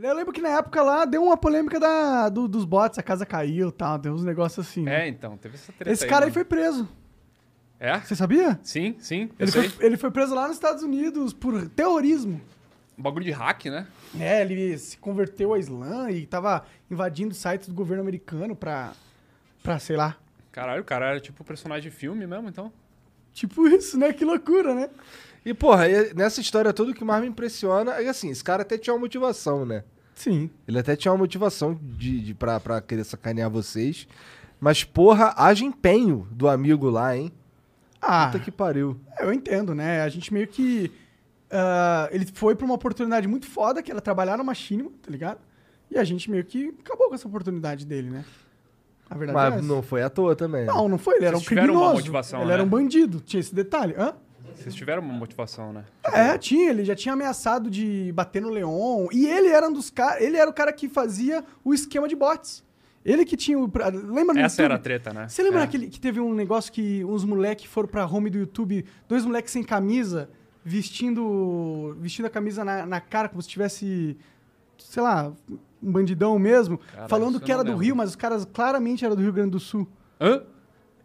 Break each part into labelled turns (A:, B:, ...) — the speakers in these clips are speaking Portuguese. A: Eu lembro que na época lá deu uma polêmica da, do- dos bots, a casa caiu e tal, deu uns negócios assim. né?
B: É, então, teve essa treta
A: Esse cara aí
B: mano.
C: né?
A: foi preso.
B: É?
A: Você sabia?
B: Sim, sim, eu
A: Ele
B: sei.
A: foi, ele foi preso lá nos Estados Unidos por terrorismo.
B: Um bagulho de hack, né?
A: É, ele se converteu à Islã e tava invadindo sites do governo americano pra, pra sei lá.
B: Caralho, o cara era tipo personagem de filme mesmo, então.
A: Tipo isso, né? Que loucura, né?
C: E, porra, e nessa história toda o que mais me impressiona é que, assim, esse cara até tinha uma motivação, né?
A: Sim.
C: Ele até tinha uma motivação de, de pra, pra querer sacanear vocês. Mas, porra, haja empenho do amigo lá, hein?
A: Ah,
C: Puta que pariu.
A: é, eu entendo, né? A gente meio que. ah, ele foi pra uma oportunidade muito foda, que era trabalhar numa Machinima, tá ligado? E a gente meio que acabou com essa oportunidade dele, né? A verdade é
C: Mas
A: essa.
C: não foi à toa também. né?
A: Não, não foi. Ele era
B: Vocês
A: um
B: tiveram uma
A: criminoso.
B: motivação,
A: ele
B: né?
A: era um bandido. Tinha esse detalhe. Hã?
B: Vocês tiveram uma motivação, né?
A: É, tinha, ele já tinha ameaçado de bater no Leon. E ele era um dos caras. Ele era o cara que fazia o esquema de bots. Ele que tinha o. pra- Lembra no
B: Essa
A: YouTube?
B: era a treta, né?
A: Você lembra
B: é.
A: daquele que teve um negócio que uns moleques foram pra home do YouTube, dois moleques sem camisa, vestindo. vestindo a camisa na, na cara, como se tivesse. sei lá, um bandidão mesmo,
B: Caralho,
A: falando
B: isso eu
A: que
B: não
A: era do
B: lembro.
A: Rio, mas os caras claramente eram do Rio Grande do Sul.
B: Hã?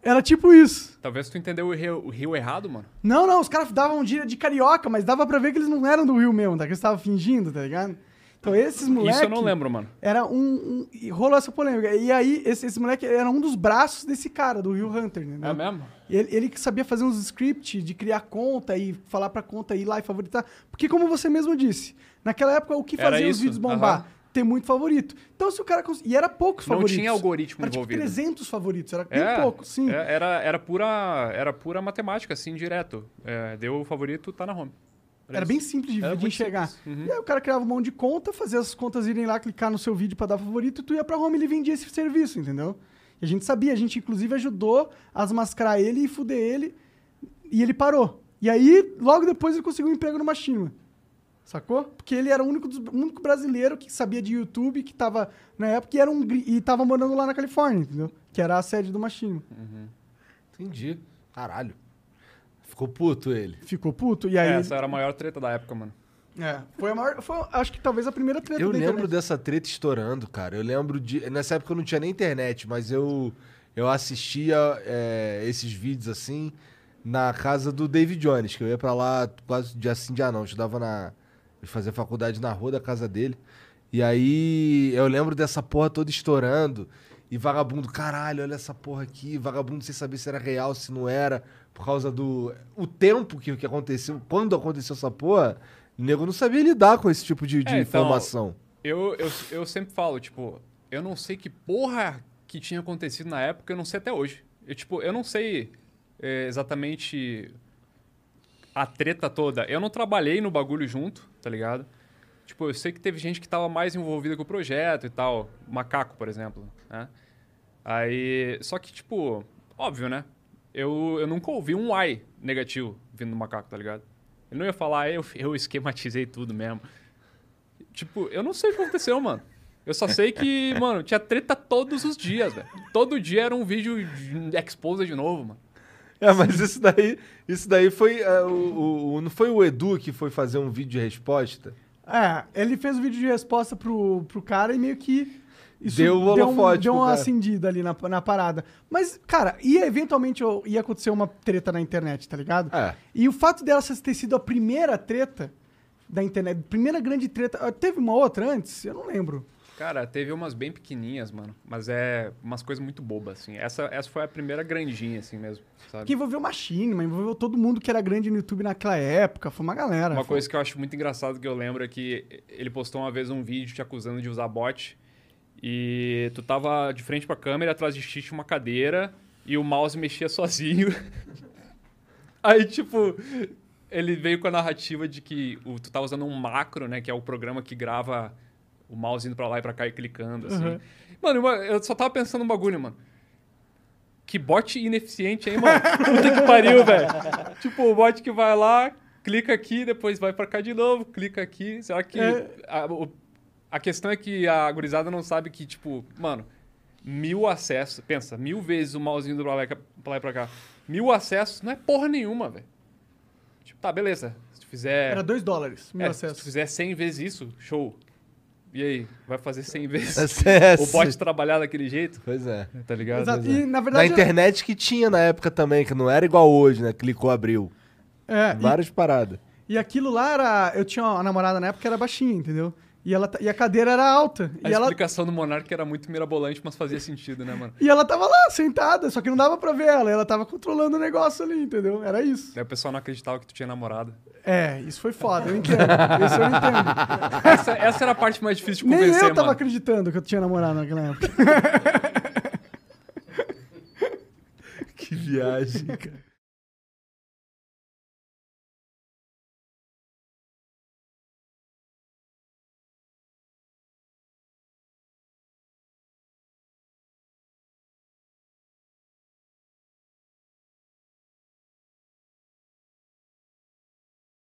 A: Era tipo isso.
B: Talvez tu entendeu o rio, o rio errado, mano.
A: Não, não, os caras davam gíria de carioca, mas dava pra ver que eles não eram do Rio mesmo, tá? Que eles estavam fingindo, tá ligado? Então esses moleques.
B: Isso eu não lembro, mano.
A: Era um. um- e rolou essa polêmica. E aí, esse, esse moleque era um dos braços desse cara, do Rio Hunter, né?
B: É mesmo?
A: Ele, ele que sabia fazer uns scripts de criar conta e falar pra conta ir lá e favoritar. Porque, como você mesmo disse, naquela época o que
B: Era
A: fazia os
B: isso,
A: vídeos bombar?
B: aham.
A: Ter muito favorito. Então, se o cara. Cons... E era poucos
B: Não
A: favoritos.
B: tinha algoritmo
A: era, tipo,
B: envolvido.
A: 300 favoritos, era bem
B: É,
A: pouco, sim.
B: é, Era, era, pura, era pura matemática, assim, direto. É, deu o favorito, tá na home.
A: Era bem simples de,
B: Era
A: de
B: muito
A: enxergar.
B: simples. Uhum.
A: E aí o cara criava um monte de conta, fazia as contas irem lá, clicar no seu vídeo pra dar favorito, e tu ia pra home e ele vendia esse serviço, entendeu? E a gente sabia, a gente inclusive ajudou a desmascarar ele e fuder ele, e ele parou. E aí, logo depois, ele conseguiu um emprego numa China. Sacou? Porque ele era o único, dos- o único brasileiro que sabia de YouTube, que tava na época e, era um, gri- e tava morando lá na Califórnia, entendeu? Que era a sede do Machine.
C: Entendi. Caralho. Ficou puto ele.
A: Ficou puto, e aí.
B: É, Essa era a maior treta da época, mano.
A: É, foi a maior. Foi, acho que talvez a primeira treta
C: Eu
A: da
C: lembro
A: internet.
C: dessa treta estourando, cara. Eu lembro de. Nessa época eu não tinha nem internet, mas eu, eu assistia é, esses vídeos assim na casa do David Jones, que eu ia pra lá quase dia sim, dia não. Eu estudava na. Eu fazia faculdade na rua da casa dele. E aí eu lembro dessa porra toda estourando. E vagabundo, caralho, olha essa porra aqui. Vagabundo sem saber se era real, se não era. Por causa do. O tempo que, que aconteceu. Quando aconteceu essa porra, o nego não sabia lidar com esse tipo de, de
B: É, então,
C: informação.
B: Eu, eu, eu sempre falo, tipo, eu não sei que porra que tinha acontecido na época, eu não sei até hoje. Eu, tipo, eu não sei é, exatamente a treta toda. Eu não trabalhei no bagulho junto, tá ligado? Tipo, eu sei que teve gente que tava mais envolvida com o projeto e tal. Macaco, por exemplo, né? Aí, só que, tipo, óbvio, né? Eu, eu nunca ouvi um ai negativo vindo do macaco, tá ligado? Ele não ia falar, "Ah, eu, eu esquematizei tudo mesmo. Tipo, eu não sei o que aconteceu, mano. Eu só sei que, mano, tinha treta todos os dias, velho. Todo dia era um vídeo de exposa de novo, mano.
C: É, mas isso daí, isso daí foi. é, o, o- o- não foi o Edu que foi fazer um vídeo de resposta?
A: É, ele fez o vídeo de resposta pro, pro cara e meio que.
C: Deu o
A: deu, um-
C: holofote
A: deu
C: pro
A: uma
C: cara.
A: acendida ali na, na parada. Mas, cara, ia eventualmente ó, ia acontecer uma treta na internet, tá ligado?
C: É.
A: E o fato dela ter sido a primeira treta da internet, primeira grande treta. ah, Teve uma outra antes? Eu não lembro.
B: Cara, teve umas bem pequenininhas, mano. Mas é umas coisas muito bobas, assim. Essa, essa foi a primeira grandinha, assim mesmo, sabe?
A: Que envolveu Machinima, envolveu todo mundo que era grande no YouTube naquela época. Foi uma galera.
B: Uma
A: Foi-
B: coisa que eu acho muito engraçado que eu lembro é que ele postou uma vez um vídeo te acusando de usar bot e tu tava de frente pra câmera, atrás de ti tinha uma cadeira e o mouse mexia sozinho. Aí, tipo, ele veio com a narrativa de que o, tu tá usando um macro, né, que é o programa que grava o mouse indo pra lá e pra cá e clicando, assim.
A: Uhum.
B: Mano, uma- eu só tava pensando um bagulho, mano. Que bot ineficiente, hein, mano? Puta que pariu, velho. Tipo, o bot que vai lá, clica aqui, depois vai pra cá de novo, clica aqui. Será que.
A: É.
B: A, o- a questão é que a gurizada não sabe que, tipo, mano, mil acessos. Pensa, mil vezes o mouse indo pra lá, e cá- pra lá e pra cá. Mil acessos não é porra nenhuma, velho. Tipo, tá, beleza. Se tu fizer.
A: Era 2 dólares, meu
B: é, se tu
A: acesso.
B: fizer 100 vezes isso, show. E aí, vai fazer 100 vezes
C: Essa é
B: o bot trabalhar daquele jeito,
C: Pois é.
B: tá ligado?
A: Exato. E, na
C: Na
A: verdade,
C: internet que tinha na época também, que não era igual hoje, né? Clicou, abriu.
A: é, e-
C: Várias paradas.
A: E aquilo lá era. Eu tinha uma namorada na época que era baixinha, entendeu? E, ela, ta- e a cadeira era alta.
B: A
A: e, ela,
B: explicação do Monark era muito mirabolante, mas fazia sentido, né, mano?
A: e ela tava lá, sentada, só que não dava pra ver ela. Ela tava controlando o negócio ali, entendeu? Era isso.
B: Daí o pessoal não acreditava que tu tinha namorado.
A: É, isso foi foda, eu entendo. Isso eu entendo.
B: Essa, essa era a parte mais difícil de
A: Nem eu
B: convencer,
A: tava
B: mano.
A: acreditando que eu tinha namorado naquela época.
C: Que viagem, cara.